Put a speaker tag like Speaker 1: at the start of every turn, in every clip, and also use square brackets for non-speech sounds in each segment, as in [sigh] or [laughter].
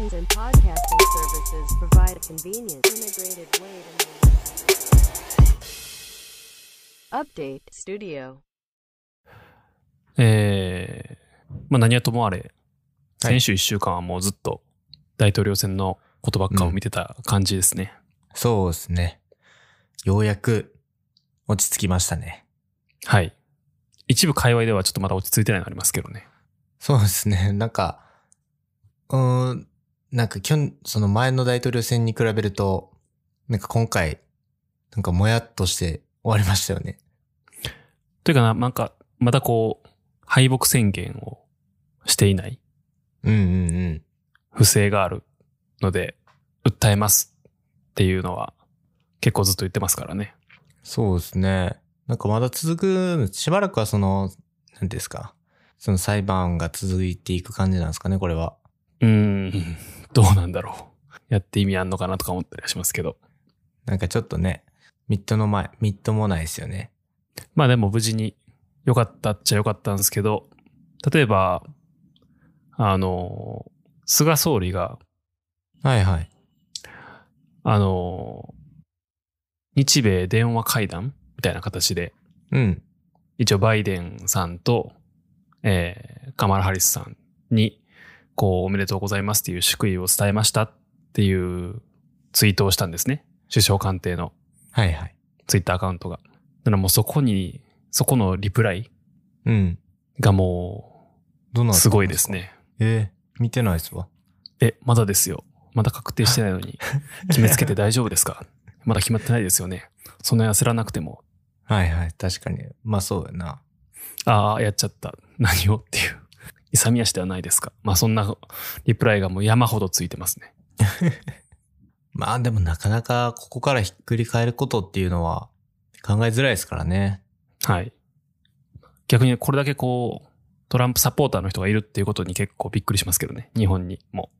Speaker 1: Podcasting services provide a convenient, integrated way to update studio.
Speaker 2: えーまあ、何はともあれ、
Speaker 3: は
Speaker 2: 先
Speaker 3: い
Speaker 2: 週1週間はもうずっと大統領選のことばっかを見てた感じですね。
Speaker 3: そうですね。ようやく落ち着きましたね。
Speaker 2: はい。一部界隈ではちょっとまだ落ち着いてないのありますけどね。
Speaker 3: そうですね。 [laughs] なんか、うーん、なんかきょん、その前の大統領選に比べると、なんか今回、なんかもやっとして終わりましたよね。
Speaker 2: というかな、なんか、またこう、敗北宣言をしていない、
Speaker 3: うんうんうん。
Speaker 2: 不正があるので、訴えますっていうのは、結構ずっと言ってますからね。
Speaker 3: そうですね。なんかまだ続く、しばらくはその、何ですか。その裁判が続いていく感じなんですかね、これは。
Speaker 2: うーん、どうなんだろう。やって意味あんのかなとか思ったりはしますけど。
Speaker 3: なんかちょっとね、みっとの前、みっともないですよね。
Speaker 2: まあでも無事に良かったっちゃ良かったんですけど、例えば、あの、菅総理が、
Speaker 3: はいはい。
Speaker 2: あの、日米電話会談みたいな形で、
Speaker 3: うん。
Speaker 2: 一応バイデンさんと、えーカマラ・ハリスさんに、こう、おめでとうございますっていう祝意を伝えましたっていうツイートをしたんですね。首相官邸の
Speaker 3: はいはい。
Speaker 2: ツイッターアカウントが。だからもうそこに、そこのリプライ
Speaker 3: うん。
Speaker 2: がも
Speaker 3: どんな
Speaker 2: う、
Speaker 3: の
Speaker 2: すごいです。ね。
Speaker 3: えー、見てないですわ。
Speaker 2: え、まだですよ。まだ確定してないのに、決めつけて大丈夫ですかまだ決まってないですよね。そんな焦らなくても、
Speaker 3: はいはい。確かに。まあそうやな。
Speaker 2: ああ、やっちゃった。何をっていう。勇み足ではないですか。まあそんなリプライがもう山ほどついてますね。
Speaker 3: まあでもなかなかここからひっくり返ることっていうのは考えづらいですからね。
Speaker 2: はい。逆にこれだけこう、トランプサポーターの人がいるっていうことに結構びっくりしますけどね。日本にも。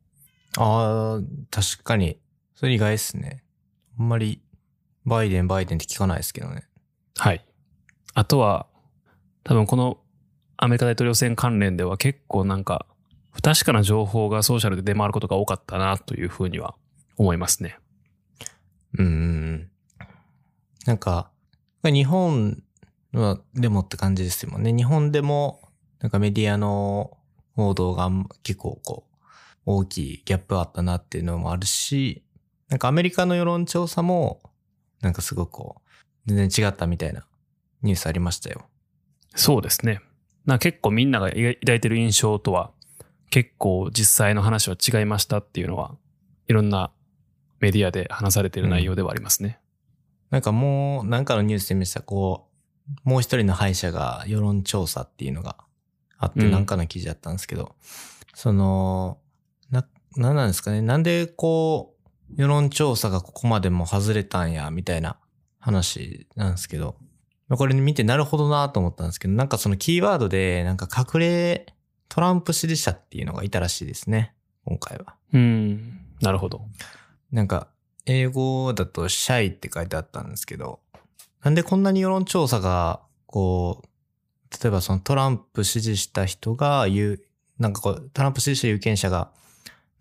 Speaker 3: ああ、確かに。それ意外っすね。あんまり、バイデン、バイデンって聞かないですけどね。
Speaker 2: はい。あとは、多分このアメリカ大統領選関連では結構なんか、不確かな情報がソーシャルで出回ることが多かったなというふうには思いますね。
Speaker 3: うんうんうん。なんか、日本はでもって感じですもんね。日本でも、なんかメディアの報道があん結構こう、大きいギャップあったなっていうのもあるし、なんかアメリカの世論調査も、なんかすごくこう、全然違ったみたいなニュースありましたよ。
Speaker 2: そうですね。なんか結構みんなが抱いてる印象とは、結構実際の話は違いましたっていうのは、いろんなメディアで話されてる内容ではありますね。
Speaker 3: なんかもう、なんかのニュースで見てた、こう、もう一人の敗者が世論調査っていうのがあって、
Speaker 2: うん
Speaker 3: なんかの記事だったんですけど、その、な、なんなんですかね、なんでこう、世論調査がここまでも外れたんや、みたいな話なんですけど、これ見てなるほどなと思ったんですけど、なんかそのキーワードで、なんか隠れトランプ支持者っていうのがいたらしいですね、今回は。
Speaker 2: うん、なるほど。
Speaker 3: なんか、英語だとシャイって書いてあったんですけど、なんでこんなに世論調査が、こう、例えばそのトランプ支持した人が言う、なんかこう、トランプ支持者有権者が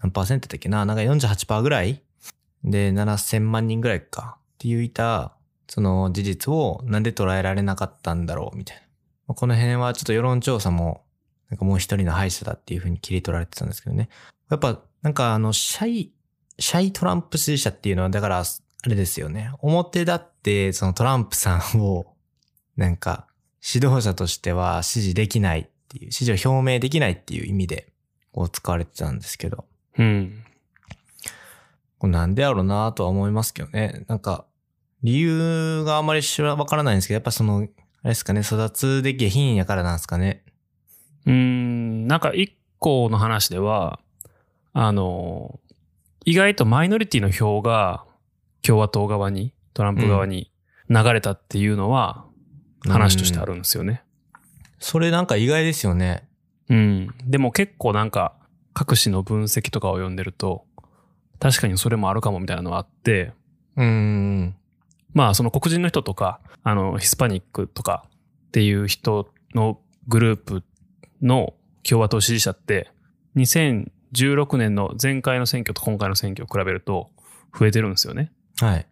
Speaker 3: 何パーセントだっけな、なんか48%ぐらいで7000万人ぐらいかっていういた、その事実をなんで捉えられなかったんだろうみたいなまあ。この辺はちょっと世論調査も、なんかもう一人の敗者だっていうふうに切り取られてたんですけどね。やっぱ、なんかあの、シャイ、シャイトランプ支持者っていうのは、だから、あれですよね。表立って、そのトランプさんを、なんか、指導者としては支持できないっていう、支持を表明できないっていう意味で、こう使われてたんですけど、
Speaker 2: うん。
Speaker 3: これなんでやろうなとは思いますけどね。なんか、理由があんまり知ら、わからないんですけど、やっぱその、あれですかね、育つで下品やからなんですかね。
Speaker 2: うーん、なんか一個の話では、あの、意外とマイノリティの票が共和党側に、トランプ側に流れたっていうのは話としてあるんですよね。
Speaker 3: それなんか意外ですよね。
Speaker 2: うん。でも結構なんか各紙の分析とかを読んでると、確かにそれもあるかもみたいなのはあって、
Speaker 3: うーん。
Speaker 2: まあその黒人の人とか、あの、ヒスパニックとかっていう人のグループの共和党支持者って、2020 16年の前回の選挙と今回の選挙を比べると増えてるんですよね。
Speaker 3: はい。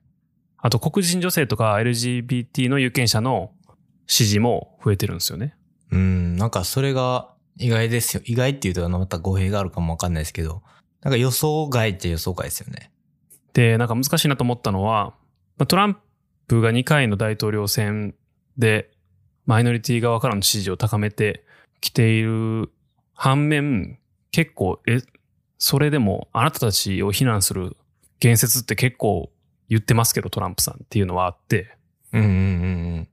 Speaker 2: あと黒人女性とか LGBT の有権者の支持も増えてるんですよね。
Speaker 3: うん、なんかそれが意外ですよ。意外っていうとあのまた語弊があるかもわかんないですけど、なんか予想外っちゃ予想外ですよね。
Speaker 2: で、なんか難しいなと思ったのは、まあトランプが2回の大統領選でマイノリティ側からの支持を高めてきている反面、結構、え、それでもあなたたちを非難する言説って結構言ってますけど、トランプさんっていうのはあって、
Speaker 3: うんうんうん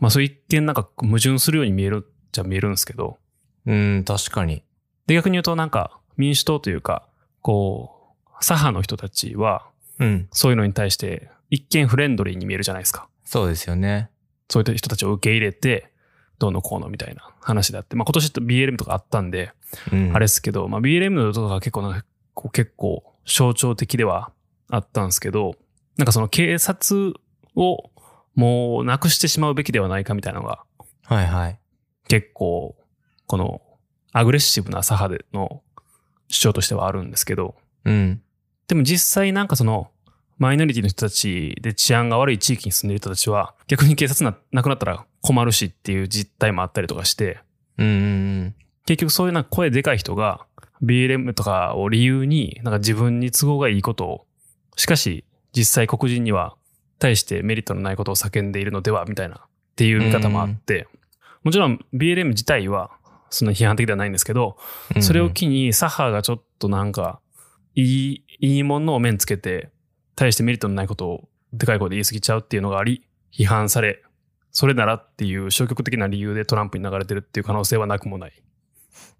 Speaker 2: まあそう一見なんか矛盾するように見えるっちゃ見えるんですけど、
Speaker 3: うん。うん、確かに。
Speaker 2: で逆に言うとなんか民主党というか、こう、左派の人たちは
Speaker 3: うん、
Speaker 2: そういうのに対して一見フレンドリーに見えるじゃないですか。
Speaker 3: そうですよね。
Speaker 2: そういった人たちを受け入れて、どうのこうのみたいな話であって、まあ今年って BLM とかあったんで、
Speaker 3: うん、
Speaker 2: あれですけど、まあ BLM とか結構なんかこう結構象徴的ではあったんですけど、なんかその警察をもうなくしてしまうべきではないかみたいなのが
Speaker 3: はいはい。
Speaker 2: 結構このアグレッシブな左派での主張としてはあるんですけど、
Speaker 3: うん。
Speaker 2: でも実際なんかそのマイノリティの人たちで治安が悪い地域に住んでいる人たちは逆に警察ななくなったら困るしっていう実態もあったりとかして
Speaker 3: うんうん
Speaker 2: 結局そういうなんか声でかい人が BLM とかを理由になんか自分に都合がいいことをしかし実際黒人には対してメリットのないことを叫んでいるのではみたいなっていう見方もあってもちろん BLM 自体はそんな批判的ではないんですけど
Speaker 3: うん。
Speaker 2: それを機に左派がちょっとなんか、いい、いいものを面つけて、対してメリットのないことをでかい声で言い過ぎちゃうっていうのがあり、批判され、それならっていう消極的な理由でトランプに流れてるっていう可能性はなくもない。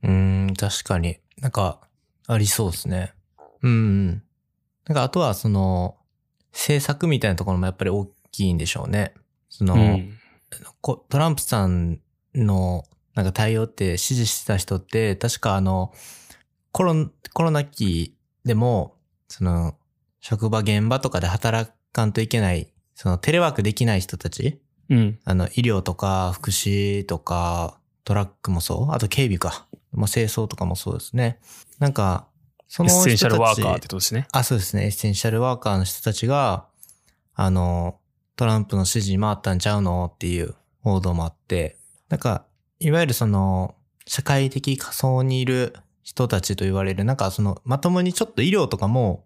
Speaker 3: うん、確かに。なんか、ありそうですね。うん、うん。なんか、あとは、その、制作みたいなところもやっぱり大きいんでしょうね。その、
Speaker 2: うん。
Speaker 3: こトランプさんの、なんか対応って支持してた人って、確かあの、コロンコロナ期でも、その、職場、現場とかで働かんといけない、そのテレワークできない人たち
Speaker 2: うん。
Speaker 3: あの、医療とか、福祉とか、トラックもそう。あと警備か。まあ、清掃とかもそうですね。なんか、そ
Speaker 2: エッ
Speaker 3: の人たち。
Speaker 2: センシャルワーカーってことですね。
Speaker 3: あ、そうですね。エッセンシャルワーカーの人たちが、あの、トランプの支持に回ったんちゃうのっていう報道もあって、なんか、いわゆるその、社会的仮想にいる人たちと言われる、なんかその、まともにちょっと医療とかも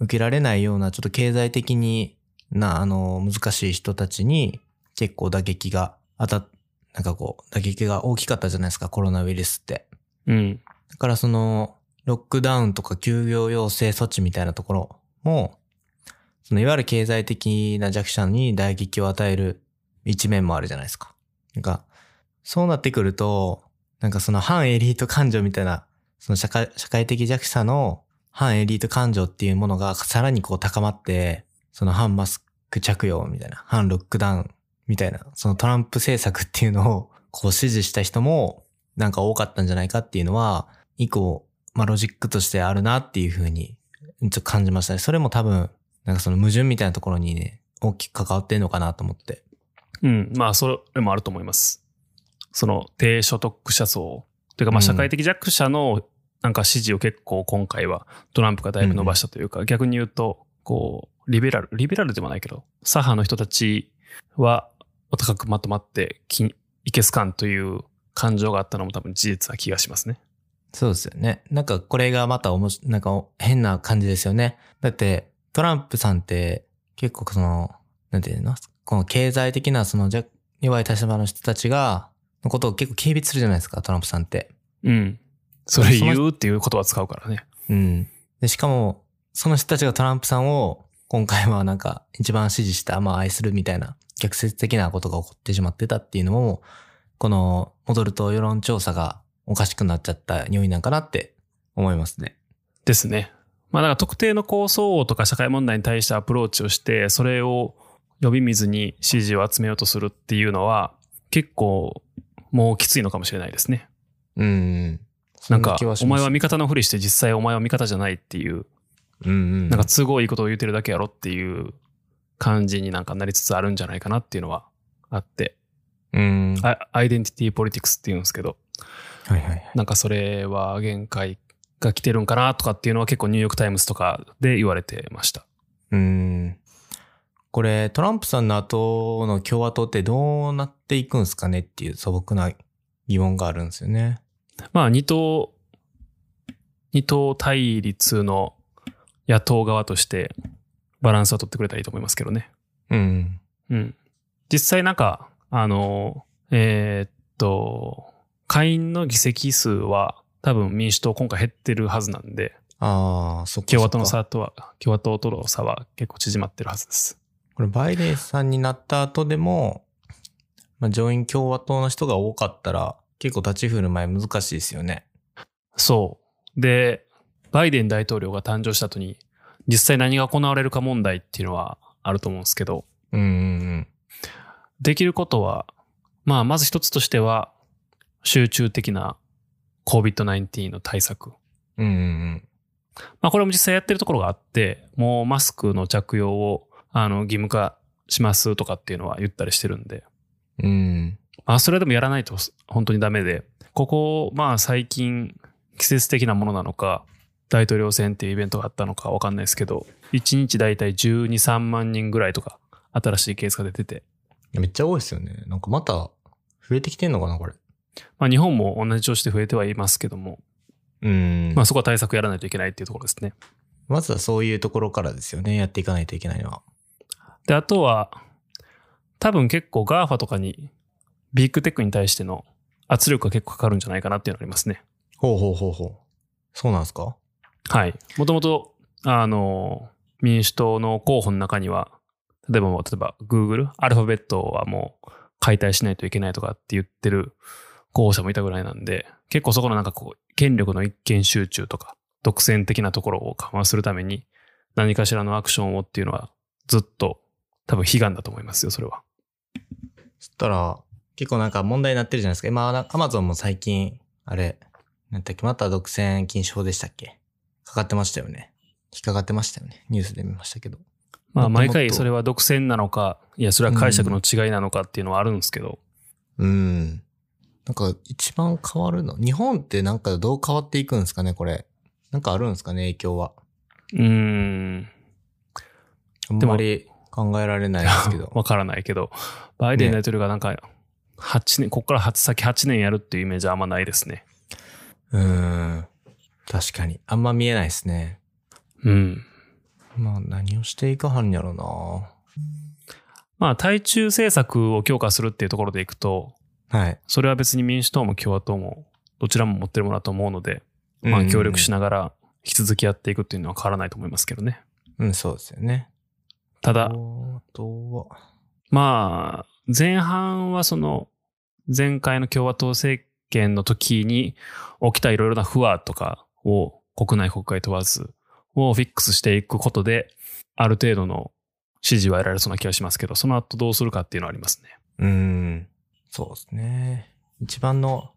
Speaker 3: 受けられないような、ちょっと経済的にな、あの、難しい人たちに、結構打撃が当たっ、なんかこう、打撃が大きかったじゃないですか、コロナウイルスって。
Speaker 2: うん。
Speaker 3: だからその、ロックダウンとか休業要請措置みたいなところも、そのいわゆる経済的な弱者に打撃を与える一面もあるじゃないですか。なんか、そうなってくると、なんかその反エリート感情みたいな、その社会、社会的弱者の反エリート感情っていうものがさらにこう高まって、その反マスク着用みたいな、反ロックダウンみたいな、そのトランプ政策っていうのをこう支持した人もなんか多かったんじゃないかっていうのは、以降、まあ、ロジックとしてあるなっていうふうに、ちょっと感じましたね。それも多分、なんかその矛盾みたいなところにね、大きく関わってんのかなと思って。
Speaker 2: うん。まあ、それもあると思います。その低所得者層。というか、まあ、
Speaker 3: うん
Speaker 2: 社会的弱者のなんか支持を結構今回はトランプがだいぶ伸ばしたというか、逆に言うと、こう、リベラル、リベラルでもないけど、左派の人たちはお高くまとまってき、いけすかんという感情があったのも多分事実な気がしますね。
Speaker 3: そうですよね。なんかこれがまたおもし、なんかお変な感じですよね。だって、トランプさんって結構その、なんていうのこの経済的なその弱弱い立場の人たちが、のことを結構軽蔑するじゃないですか、トランプさんって。
Speaker 2: うん。それ言うっていう言葉を使うからね。
Speaker 3: うん。で、しかも、その人たちがトランプさんを、今回はなんか、一番支持した、まあ愛するみたいな、逆説的なことが起こってしまってたっていうのも、この、戻ると世論調査がおかしくなっちゃった要因なんかなって思いますね。
Speaker 2: ですね。まあ、だから特定の構想とか社会問題に対してアプローチをして、それを呼び水に支持を集めようとするっていうのは、結構もうきついのかもしれないですね。
Speaker 3: うん。
Speaker 2: なんか
Speaker 3: そ気、し
Speaker 2: お
Speaker 3: ま
Speaker 2: 前
Speaker 3: す
Speaker 2: は味方のふりして実際お前は味方じゃないっていう、
Speaker 3: うんうん。
Speaker 2: なんか都合いいことを言ってるだけやろっていう感じになんかなりつつあるんじゃないかなっていうのはあって、
Speaker 3: うん。
Speaker 2: あアイデンティティポリティクスっていうんですけど、
Speaker 3: はいはいはい。
Speaker 2: なんかそれは限界が来てるんかなとかっていうのは結構ニューヨークタイムズとかで言われてました。
Speaker 3: うーん。これ、トランプさんの後の共和党ってどうなっていくんですかねっていう素朴な疑問があるんですよね。
Speaker 2: まあ、二党、二党対立の野党側としてバランスは取ってくれたらいいと思いますけどね。
Speaker 3: うん。
Speaker 2: うん。実際なんか、あの、えーっと、下院の議席数は多分民主党今回減ってるはずなんで、
Speaker 3: ああ、そっかそっか
Speaker 2: 共和党の差とは、共和党との差は結構縮まってるはずです。
Speaker 3: これ、バイデンさんになった後でも、まあ、上院共和党の人が多かったら、結構立ち振る舞い難しいですよね。
Speaker 2: そう。で、バイデン大統領が誕生した後に、実際何が行われるか問題っていうのはあると思うんですけど、
Speaker 3: うんうん
Speaker 2: できることは、まあ、まず一つとしては、集中的な COVID-19 の対策。
Speaker 3: うん。うんうん
Speaker 2: まあ、これも実際やってるところがあって、もうマスクの着用をあの義務化しますとかっていうのは言ったりしてるんで、
Speaker 3: うん。うん。
Speaker 2: まあ、それでもやらないと本当にダメで、ここ、まあ最近季節的なものなのか、大統領選っていうイベントがあったのかわかんないですけど、1日だいたい12、3万人ぐらいとか、新しいケースが出てて、
Speaker 3: めっちゃ多いですよね。なんかまた、増えてきてんのかな、これ。
Speaker 2: まあ日本も同じ調子で増えてはいますけども、
Speaker 3: うん
Speaker 2: まあそこは対策やらないといけないっていうところですね。
Speaker 3: まずはそういうところからですよね。やっていかないといけないのは。
Speaker 2: で、あとは、多分結構 GAFA とかに、ビッグテックに対しての圧力が結構かかるんじゃないかなっていうのがありますね。
Speaker 3: ほうほうほうほう。そうなんですか
Speaker 2: はい。もともと、あの、民主党の候補の中には、例えばもう、例えば Google、アルファベットはもう解体しないといけないとかって言ってる候補者もいたぐらいなんで、結構そこのなんかこう、権力の一見集中とか、独占的なところを緩和するために、何かしらのアクションをっていうのは、ずっと多分悲願だと思いますよ、それは。
Speaker 3: そしたら、結構なんか問題になってるじゃないですか。今、なんか Amazon も最近、あれ、なんだっけ、また独占禁止法でしたっけかかってましたよね。引っかかってましたよね。ニュースで見ましたけど。
Speaker 2: まあ、
Speaker 3: も
Speaker 2: 毎
Speaker 3: っともっと
Speaker 2: 回それは独占なのか、いや、それは解釈の違いなのかっていうのはあるんですけど、
Speaker 3: うん。なんか一番変わるの。日本ってなんかどう変わっていくんですかね、これ。なんかあるんですかね、影響は。
Speaker 2: うーん、
Speaker 3: あん
Speaker 2: でも
Speaker 3: まり考えられないですけど。
Speaker 2: わからないけど、バイデン
Speaker 3: ね
Speaker 2: 大統領がなんか、八年、ここから8先8年やるっていうイメージはあんまないですね。
Speaker 3: [laughs] うん。確かに。あんま見えないですね。
Speaker 2: うん。
Speaker 3: まあ何をしていかはんやろな。
Speaker 2: まあ、対中政策を強化するっていうところでいくと、
Speaker 3: はい。
Speaker 2: それは別に民主党も共和党も、どちらも持ってるものだと思うので、ま
Speaker 3: う
Speaker 2: あ、
Speaker 3: ん
Speaker 2: 協力しながら引き続きやっていくっていうのは変わらないと思いますけどね。
Speaker 3: うん、そうですよね。
Speaker 2: た
Speaker 3: あ
Speaker 2: だ、
Speaker 3: とは。
Speaker 2: まあ、前半はその、前回の共和党政権の時に起きたいろいろな不和とかを国内国会問わずをフィックスしていくことで、ある程度の支持は得られそうな気がしますけど、その後どうするかっていうのはありますね。
Speaker 3: うん。そうですね。一番の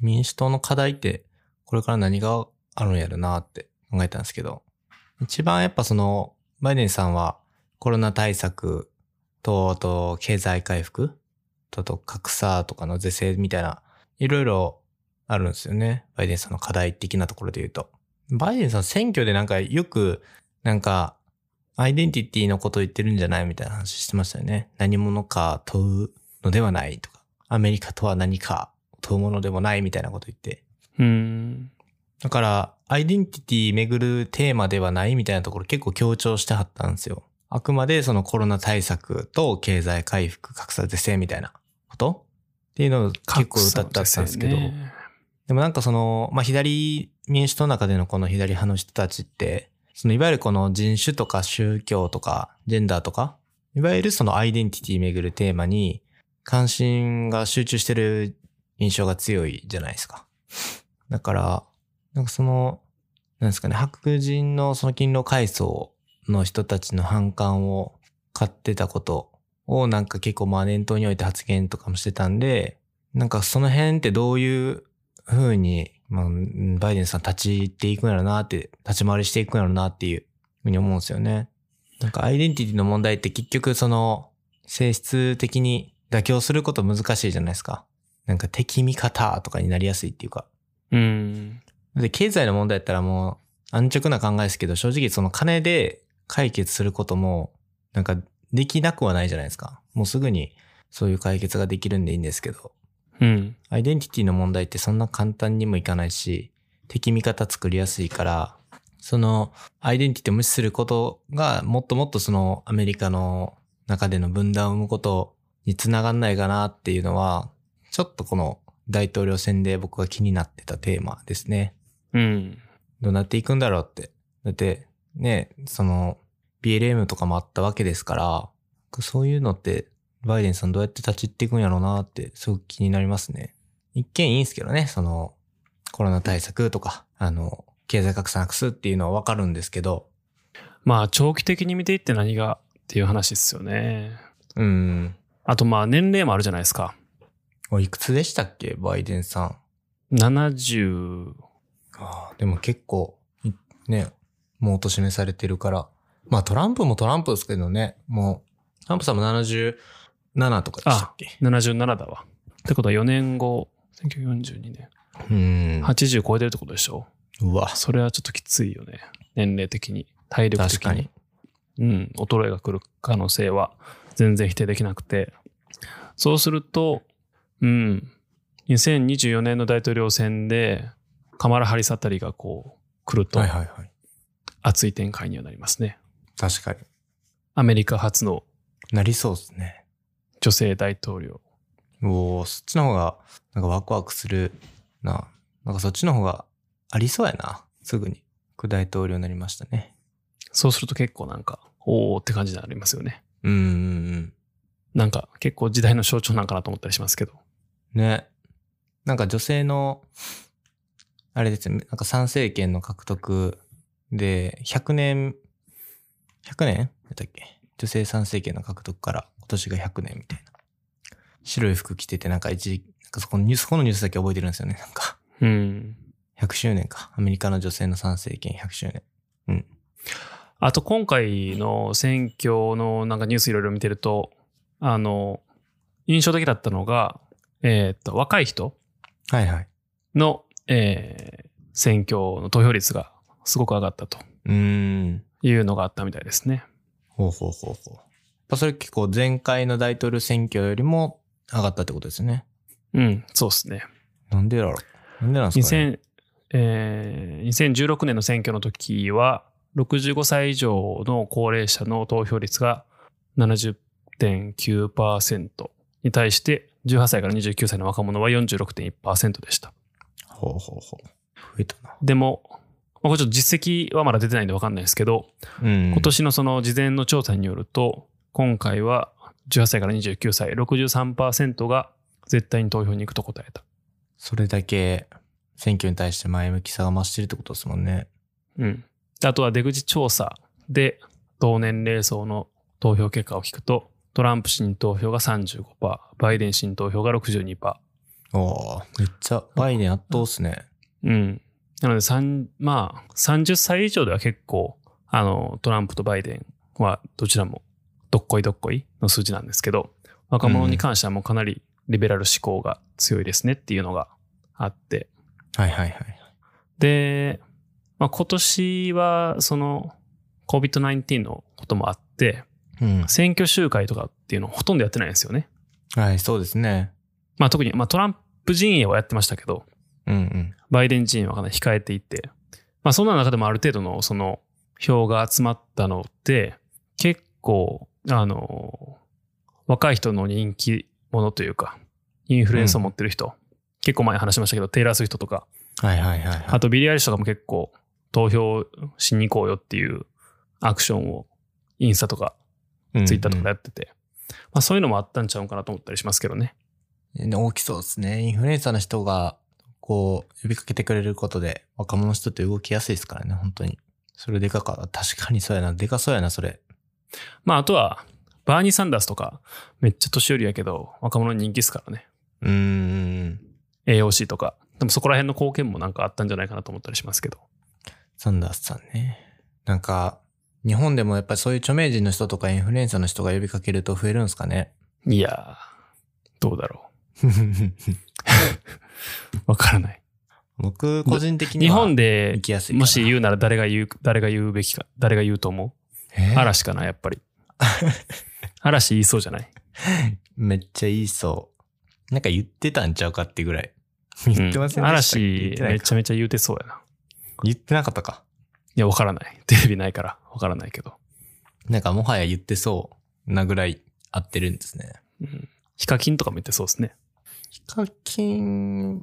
Speaker 3: 民主党の課題って、これから何があるんやろなって考えたんですけど、一番やっぱその、バイデンさんはコロナ対策と、あと経済回復と、あと格差とかの是正みたいな、いろいろあるんですよね。バイデンさんの課題的なところで言うと。バイデンさん選挙でなんかよく、なんか、アイデンティティのこと言ってるんじゃないみたいな話してましたよね。何者か問うのではないとか、アメリカとは何か問うものでもないみたいなこと言って。
Speaker 2: うーん。
Speaker 3: だから、アイデンティティ巡るテーマではないみたいなところ結構強調してはったんですよ。あくまでそのコロナ対策と経済回復、格差是正みたいなことっていうのを結構歌ってあったんですけど。
Speaker 2: ね
Speaker 3: でもなんかその、まあ、左民主党の中でのこの左派の人たちって、そのいわゆるこの人種とか宗教とかジェンダーとか、いわゆるそのアイデンティティ巡るテーマに関心が集中してる印象が強いじゃないですか。だから、なんかその、なんですかね、白人のその勤労階層の人たちの反感を買ってたことをなんか結構まあ念頭に置いて発言とかもしてたんで、なんかその辺ってどういうふうに、まあ、うんバイデンさん立ち入っていくんやろなって、立ち回りしていくんやろなっていうふうに思うんですよね。なんかアイデンティティの問題って結局その性質的に妥協すること難しいじゃないですか。なんか敵味方とかになりやすいっていうか。
Speaker 2: うーん。
Speaker 3: で、経済の問題やったらもう安直な考えですけど、正直その金で解決することも、なんかできなくはないじゃないですか。もうすぐにそういう解決ができるんでいいんですけど、
Speaker 2: うん。
Speaker 3: アイデンティティの問題ってそんな簡単にもいかないし、敵味方作りやすいから、そのアイデンティティを無視することがもっともっとそのアメリカの中での分断を生むことにつながんないかなっていうのは、ちょっとこの大統領選で僕が気になってたテーマですね。
Speaker 2: うん。
Speaker 3: どうなっていくんだろうって。だって、ね、その、BLM とかもあったわけですから、そういうのって、バイデンさんどうやって立ち入っていくんやろうなって、すごく気になりますね。一見いいんですけどね、その、コロナ対策とか、あの、経済格差なくすっていうのはわかるんですけど、
Speaker 2: まあ、長期的に見ていって何がっていう話ですよね。
Speaker 3: うん、
Speaker 2: あと、まあ、年齢もあるじゃないですか。
Speaker 3: おいくつでしたっけ、バイデンさん。
Speaker 2: 70、
Speaker 3: ああでも結構、いね、もうおとしめされてるから。まあトランプもトランプですけどね、もう、トランプさんも77とかでしたっけ
Speaker 2: 77だわ。ってことは4年後、1942年。
Speaker 3: うん。
Speaker 2: 80超えてるってことでしょ
Speaker 3: うわ、
Speaker 2: それはちょっときついよね。年齢的に、体力
Speaker 3: 確
Speaker 2: 的
Speaker 3: かに。
Speaker 2: うん、衰えが来る可能性は全然否定できなくて、そうすると、うん、2024年の大統領選で、カマラ・ハリスあたりがこう、来ると
Speaker 3: はいはいはい。
Speaker 2: 熱い展開にはなりますね。
Speaker 3: 確かに
Speaker 2: アメリカ初の
Speaker 3: なりそうですね。
Speaker 2: 女性大統領。
Speaker 3: おおそっちの方が、なんかワクワクするな。なんかそっちの方がありそうやな。すぐに。副大統領になりましたね。
Speaker 2: そうすると結構なんか、おーって感じになりますよね。
Speaker 3: うんうんうん。
Speaker 2: なんか結構時代の象徴なんかなと思ったりしますけど。
Speaker 3: ね。なんか女性の、あれですね、なんか参政権の獲得で、100年、100年やったっけ女性参政権の獲得から今年が100年みたいな。白い服着てて、なんか一時、なんかそこのニュース、このニュースだけ覚えてるんですよね、なんか。
Speaker 2: うん。
Speaker 3: 100周年か。アメリカの女性の参政権100周年。
Speaker 2: あと今回の選挙のなんかニュースいろいろ見てると、あの、印象的だったのが、えーっと、若い人
Speaker 3: はいはい。
Speaker 2: の、えー選挙の投票率がすごく上がったと
Speaker 3: うーん。
Speaker 2: いうのがあったみたいですね。
Speaker 3: ほうほうほうほう。やっぱそれ結構前回の大統領選挙よりも上がったってことですね。
Speaker 2: うん、そうですね。
Speaker 3: なんでだろう。なんでなんですかね。
Speaker 2: 2000えー2016年の選挙の時は、65歳以上の高齢者の投票率が70.9%に対して、18歳から29歳の若者は46.1%でした。
Speaker 3: ほうほうほう。増えたな。
Speaker 2: でも、まあこれちょっと実績はまだ出てないんで分かんないですけど、
Speaker 3: うん
Speaker 2: 今年のその事前の調査によると、今回は18歳から29歳、63%が絶対に投票に行くと答えた。
Speaker 3: それだけ選挙に対して前向きさが増してるってことですもんね。
Speaker 2: うん。あとは出口調査で同年齢層の投票結果を聞くと、トランプ氏に投票が35%、バイデン氏に投票が62%。
Speaker 3: おおめっちゃバイデン圧倒っすね。
Speaker 2: うん。なので、三まあ、30歳以上では結構、あの、トランプとバイデンはどちらもどっこいどっこいの数字なんですけど、若者に関してはもうかなりリベラル思考が強いですねっていうのがあって。
Speaker 3: はいはいはい。
Speaker 2: で、まあ、今年はその COVID-19 のこともあって、
Speaker 3: うん。
Speaker 2: 選挙集会とかっていうのをほとんどやってないんですよね。
Speaker 3: はい、そうですね。
Speaker 2: まあ特に、まあトランプ陣営はやってましたけど、
Speaker 3: うんうん。
Speaker 2: バイデン陣営はかなり控えていて、まあ、そんな中でもある程度のその票が集まったので、結構、あの、若い人の人気者というか、インフルエンスを持ってる人、結構前に話しましたけど、テイラー・スウィフトとか、
Speaker 3: はいはいはい、はい。
Speaker 2: あとビリー・アイリッシュとかも結構、投票しに行こうよっていうアクションを、インスタとか、
Speaker 3: うんうん、
Speaker 2: ツイッターとかでやってて、まあ、そういうのもあったんちゃうかなと思ったりしますけどね。
Speaker 3: ね大きそうですね。インフルエンサーの人が、こう、呼びかけてくれることで、若者の人って動きやすいですからね、本当に。それでかか、確かにそうやな。でかそうやな、それ。
Speaker 2: まあ、あとは、バーニー・サンダースとか、めっちゃ年寄りやけど、若者に人気ですからね。
Speaker 3: うーん。
Speaker 2: AOC とか。でもそこら辺の貢献もなんかあったんじゃないかなと思ったりしますけど。
Speaker 3: サンダースさんね。なんか、日本でもやっぱりそういう著名人の人とかインフルエンサーの人が呼びかけると増えるんですかね。
Speaker 2: いやー、どうだろう。わからない。
Speaker 3: [laughs] 僕、個人的に
Speaker 2: 日
Speaker 3: は
Speaker 2: 本で
Speaker 3: 行、きやすいかな。
Speaker 2: もし言うなら誰が言う、誰が言うべきか、誰が言うと思
Speaker 3: え
Speaker 2: う
Speaker 3: ー、
Speaker 2: 嵐かな、やっぱ
Speaker 3: [laughs]
Speaker 2: り。嵐言いそうじゃない
Speaker 3: めっちゃいいそう。なんか言ってたんちゃうかってぐらい。言ってません
Speaker 2: うん
Speaker 3: でしたっけ言
Speaker 2: 嵐
Speaker 3: っ、てな
Speaker 2: め
Speaker 3: い
Speaker 2: ちゃ
Speaker 3: か。
Speaker 2: めちゃ言うてそうやな。
Speaker 3: 言ってなかったか。
Speaker 2: いや、わからない。テレビないから、わからないけど。
Speaker 3: なんかもはや言ってそうなぐらい合ってるんですね。
Speaker 2: うんヒカキンとかも言ってそうですね。
Speaker 3: ヒカキンっ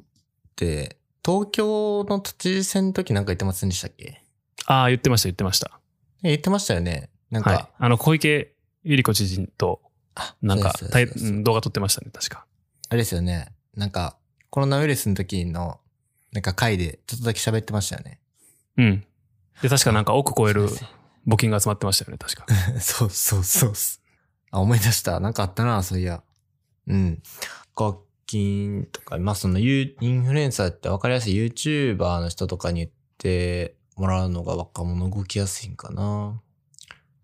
Speaker 3: て、東京の都知事選の時なんか言ってませんでしたっけ
Speaker 2: ああ、言ってました、言ってました。
Speaker 3: え言ってましたよね。なんか、
Speaker 2: はい。あの、小池百合子知事と、
Speaker 3: あ
Speaker 2: なんか
Speaker 3: そう、
Speaker 2: たい
Speaker 3: ですそうです
Speaker 2: うん動画撮ってましたね、確か。
Speaker 3: あれですよね。なんか、コロナウイルスの時の、なんか回でちょっとだけ喋ってましたよね。
Speaker 2: うん。で、確かなんか億超える
Speaker 3: そう
Speaker 2: 募金が集まってましたよね、確
Speaker 3: [laughs]
Speaker 2: か。
Speaker 3: そうそうそうっす。あ、思い出した。なんかあったな、そういや。うん。楽器とか、まあ、そのユー、インフルエンサーって分かりやすい YouTuber の人とかに言ってもらうのが若者動きやすいんかな。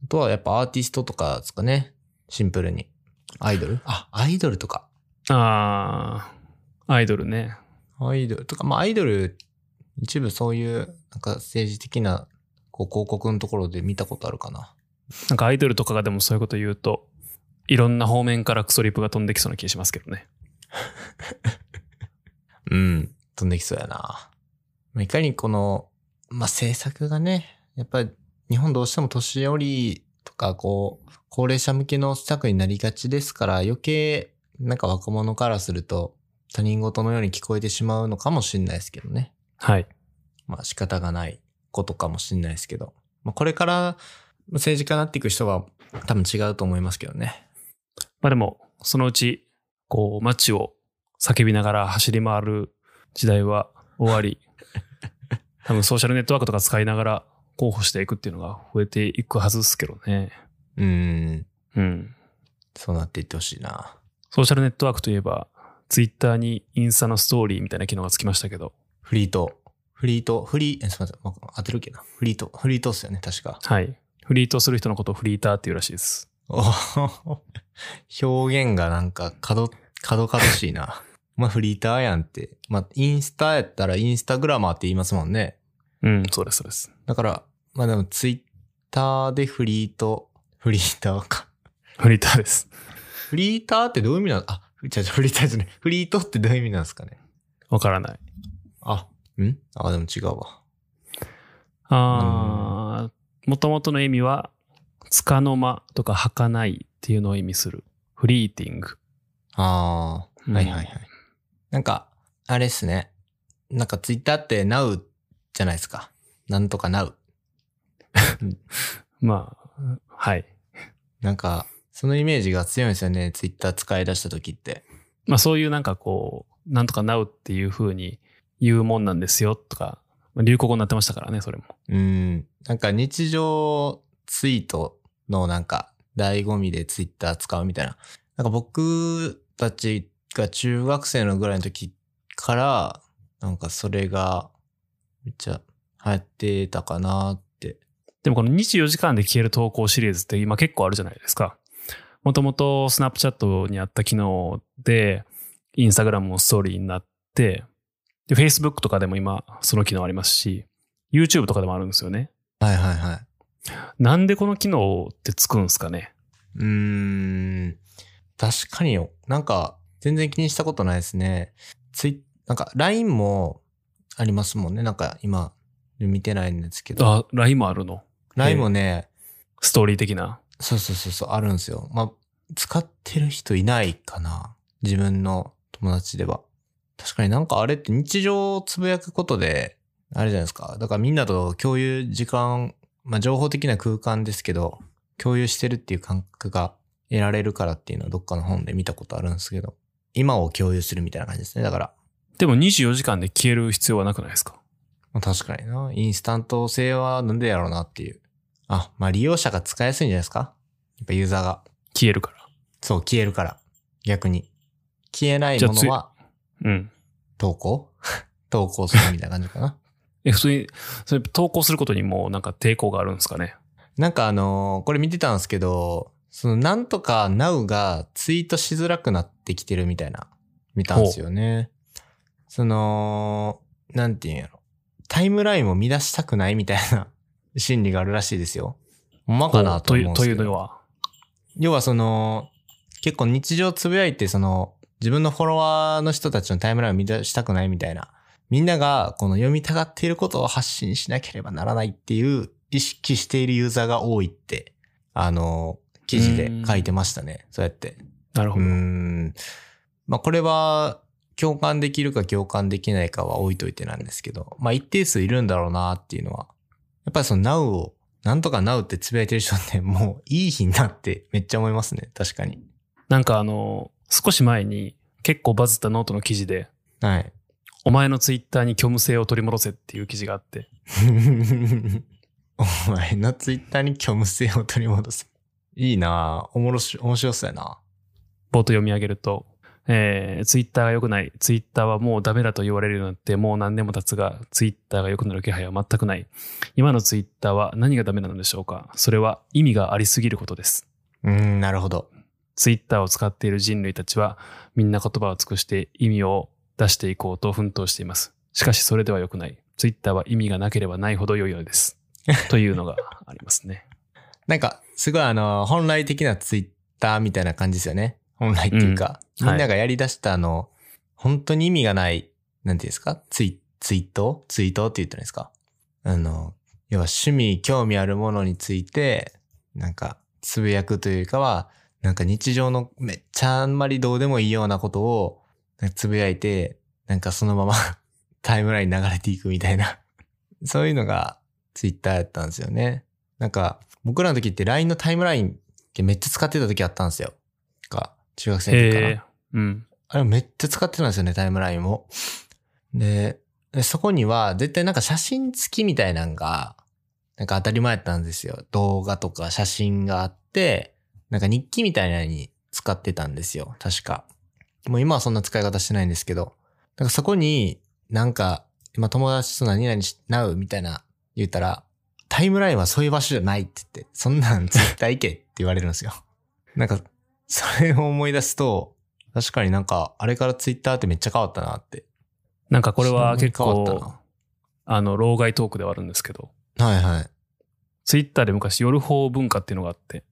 Speaker 3: あとはやっぱアーティストとかですかね。シンプルに。アイドルあ、アイドルとか。
Speaker 2: ああ、アイドルね。
Speaker 3: アイドルとか、まあ、アイドル、一部そういう、なんか政治的な、こう、広告のところで見たことあるかな。
Speaker 2: なんかアイドルとかがでもそういうこと言うと、いろんな方面からクソリプが飛んできそうな気がしますけどね。
Speaker 3: うん。飛んできそうやな。まあいかにこの、まあ、政策がね、やっぱり日本どうしても年寄りとか、こう、高齢者向けの施策になりがちですから、余計、なんか若者からすると、他人事のように聞こえてしまうのかもしれないですけどね。
Speaker 2: はい。
Speaker 3: まあ仕方がないことかもしれないですけど、まあこれから政治家になっていく人は多分違うと思いますけどね。
Speaker 2: まあでも、そのうち、こう、街を叫びながら走り回る時代は終わ
Speaker 3: [laughs]
Speaker 2: り、多分ソーシャルネットワークとか使いながら候補していくっていうのが増えていくはずですけどね。
Speaker 3: うーん、
Speaker 2: うん。
Speaker 3: そうなっていってほしいな。
Speaker 2: ソーシャルネットワークといえば、ツイッターにインスタのストーリーみたいな機能がつきましたけど、
Speaker 3: フリート。フリート、フリー、え、すみません、まあ当てるっけな。フリート、フリートっすよね、確か。
Speaker 2: はい。フリートする人のことをフリーターっていうらしいです。
Speaker 3: お表現がなんか角、角々しいな。まあフリーターやんって。まあインスタやったらインスタグラマーって言いますもんね。
Speaker 2: うん、そうです、そうです。
Speaker 3: だから、まあでもツイッターでフリート、フリーターか。
Speaker 2: フリーターです。
Speaker 3: フリーターってどういう意味なのあ、違う違う、フリーターじゃない。フリートってどういう意味なんですかね。
Speaker 2: わからない。
Speaker 3: あ、んあ、でも違うわ。
Speaker 2: あー、もともとの意味は、つかの間とか儚いっていうのを意味する。フリーティング。
Speaker 3: ああ、
Speaker 2: うん
Speaker 3: はいはいはい。なんか、あれっすね。なんかツイッターって Now じゃないですか。なんとか Now。
Speaker 2: まあ、はい。
Speaker 3: なんか、そのイメージが強いんですよね。ツイッター使い出した時って。
Speaker 2: まあそういうなんかこう、なんとかなうっていう風に言うもんなんですよとか、まあ流行語になってましたからね、それも。
Speaker 3: うん。なんか日常ツイートのなんか醍醐味でツイッター使うみたいな。なんか僕たちが中学生のぐらいの時から、なんかそれがめっちゃ流行ってたかなって。
Speaker 2: でもこの24時間で消える投稿シリーズって今結構あるじゃないですか。もともとスナップチャットにあった機能で、インスタグラムもストーリーになって、で、Facebook とかでも今その機能ありますし、YouTube とかでもあるんですよね。
Speaker 3: はいはいはい。
Speaker 2: なんでこの機能ってつくんですかね
Speaker 3: うーん。確かによ。なんか、全然気にしたことないですね。ツイなんか LINE もありますもんね。なんか今見てないんですけど。
Speaker 2: あ、LINE もあるの。
Speaker 3: LINE もね、
Speaker 2: ストーリー的な。
Speaker 3: そうそうそうそう、あるんですよ。まあ、使ってる人いないかな。自分の友達では。確かになんかあれって日常をつぶやくことで、あれじゃないですか。だからみんなと共有時間、まあ情報的な空間ですけど、共有してるっていう感覚が得られるからっていうのはどっかの本で見たことあるんですけど、今を共有するみたいな感じですね。だから、
Speaker 2: でも24時間で消える必要はなくないですか
Speaker 3: まあ確かにな。インスタント性はなんでやろうなっていう。あ、まあ利用者が使いやすいんじゃないですかやっぱユーザーが。
Speaker 2: 消えるか
Speaker 3: そう、消えるから。逆に。消えないも
Speaker 2: じ
Speaker 3: の
Speaker 2: ゃ
Speaker 3: は
Speaker 2: ら。うん。
Speaker 3: 投稿 [laughs] 投稿するみたいな感じかな。 [laughs]
Speaker 2: え、普通に、それ投稿することにもうなんか抵抗があるんですかね
Speaker 3: なんかあのーこれ見てたんですけど、そのなんとか Now がツイートしづらくなってきてるみたいな、見たんですよね。その、なんていうんやろ。タイムラインを乱したくないみたいな [laughs] 心理があるらしいですよ。ほんまかなと
Speaker 2: とい
Speaker 3: 思う
Speaker 2: うん
Speaker 3: です
Speaker 2: と
Speaker 3: け
Speaker 2: い
Speaker 3: ど
Speaker 2: うのは。
Speaker 3: 要はその、結構日常つぶやいて、その、自分のフォロワーの人たちのタイムラインを乱したくないみたいな。みんながこの読みたがっていることを発信しなければならないっていう意識しているユーザーが多いって、あの、記事で書いてましたね。そうやって。
Speaker 2: なる
Speaker 3: う
Speaker 2: ほ
Speaker 3: ー
Speaker 2: ど。
Speaker 3: ん。まあこれは共感できるか共感できないかは置いといてなんですけど、まあ一定数いるんだろうなっていうのは。やっぱりその Now を、なんとか Now ってつぶやいてる人ってもういい日になってめっちゃ思いますね。確かに。
Speaker 2: なんかあの、少し前に結構バズったノートの記事で、
Speaker 3: はい。
Speaker 2: お前のツイッターに虚無性を取り戻せっていう記事があって、
Speaker 3: [laughs] お前のツイッターに虚無性を取り戻す。いいなぁ。おもろし、面白そうやな
Speaker 2: 冒頭読み上げると、えー、ツイッターが良くない。ツイッターはもうダメだと言われるようになって、もう何年も経つが、ツイッターが良くなる気配は全くない。今のツイッターは何がダメなのでしょうかそれは意味がありすぎることです。
Speaker 3: うーん、なるほど。
Speaker 2: ツイッターを使っている人類たちは、みんな言葉を尽くして意味を出していこうと奮闘しています。しかしそれでは良くない。ツイッターは意味がなければないほど良いの
Speaker 3: [laughs]
Speaker 2: です。というのがありますね。
Speaker 3: なんか、すごいあの、本来的なツイッターみたいな感じですよね。本来っていうか、
Speaker 2: うんはい
Speaker 3: みんながやり出したあの、本当に意味がない、なんていうんですかツイ、ツイートツイートって言ったんですかあの、要は趣味、興味あるものについて、なんか、つぶやくというよりかは、なんか日常のめっちゃあんまりどうでもいいようなことを、なんかつぶやいて、なんかそのまま [laughs] タイムラインに流れていくみたいな、 [laughs] そういうのがツイッターやったんですよね。なんか、僕らの時って LINE のタイムラインってめっちゃ使ってた時あったんですよ。か、中学生の時かな。
Speaker 2: えー、うん。
Speaker 3: あれめっちゃ使ってたんですよね、タイムラインを。で、でそこには絶対なんか写真付きみたいなんが、なんか当たり前だったんですよ。動画とか写真があって、なんか日記みたいなのに使ってたんですよ、確か。もう今はそんな使い方してないんですけど。なんかそこになんか、今友達と何々しなうみたいな言ったら、タイムラインはそういう場所じゃないって言って、そんなん絶対行けって言われるんですよ。なんか、それを思い出すと、確かになんか、あれからツイッターってめっちゃ変わったなって。
Speaker 2: なんかこれは結
Speaker 3: そんなに変わ
Speaker 2: 構、あの、老害トークではあるんですけど、
Speaker 3: ったな。はいは
Speaker 2: ツイッターで昔夜報文化っていうのがあって、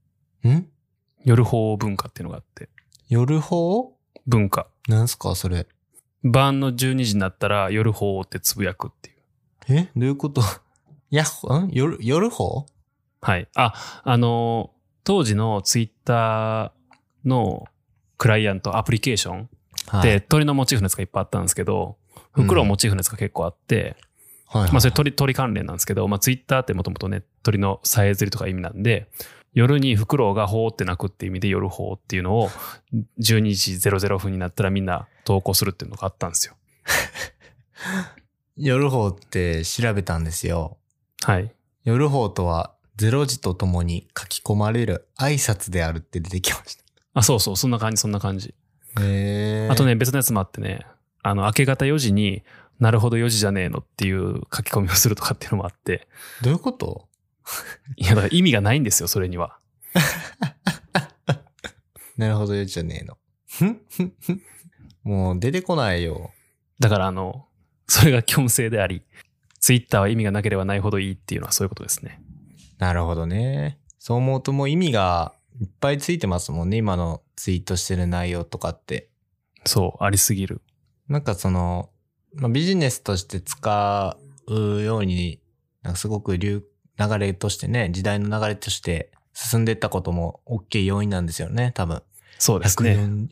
Speaker 3: い。ん
Speaker 2: 夜報文化っていうのがあって、
Speaker 3: 夜報
Speaker 2: 文化。
Speaker 3: なんすかそれ。
Speaker 2: 晩の12時になったら夜報ってつぶやくっていう。
Speaker 3: えどういうこと [laughs] やっほ、ん夜、夜報
Speaker 2: はい。あ、あの、当時のツイッターのクライアントアプリケーション
Speaker 3: は
Speaker 2: で、鳥のモチーフのやつがいっぱいあったんですけど、袋をモチーフのやつが結構あって、
Speaker 3: はいはい
Speaker 2: まあそれ鳥鳥関連なんですけど、まあツイッターってもともとね、鳥のさえずりとか意味なんで、夜に袋がほーって鳴くって意味で夜ほーっていうのを12時00分になったらみんな投稿するっていうのがあったんですよ。
Speaker 3: 夜報って調べたんですよ。
Speaker 2: はい。
Speaker 3: 夜報とは、ゼロ時とともに書き込まれる挨拶であるって出てきま
Speaker 2: [laughs]
Speaker 3: し
Speaker 2: あ、そうそう、そんな感じ、そんな感じ。
Speaker 3: た。へー
Speaker 2: あと。ね、別のやつもあってね、あの、明け方4時になるほど4時じゃねえのっていう書き込みをするとかっていうのもあって、
Speaker 3: どういうこと
Speaker 2: いや、だから意味がないんですよ、それには。
Speaker 3: なるほどよじゃねえの。ふんふんふんもう出てこないよ。
Speaker 2: だから、あの、それが虚無性であり、ツイッターは意味がなければないほどいいっていうのはそういうことですね。
Speaker 3: なるほどね。そう思うともう意味がいっぱいついてますもんね。今のツイートしてる内容とかって。
Speaker 2: そう、ありすぎる。
Speaker 3: なんかその、まあ、ビジネスとして使うように、なんかすごく流、流れとしてね、時代の流れとして進んでいったことも大きい要因なんですよね、多分。
Speaker 2: そうですね。
Speaker 3: 140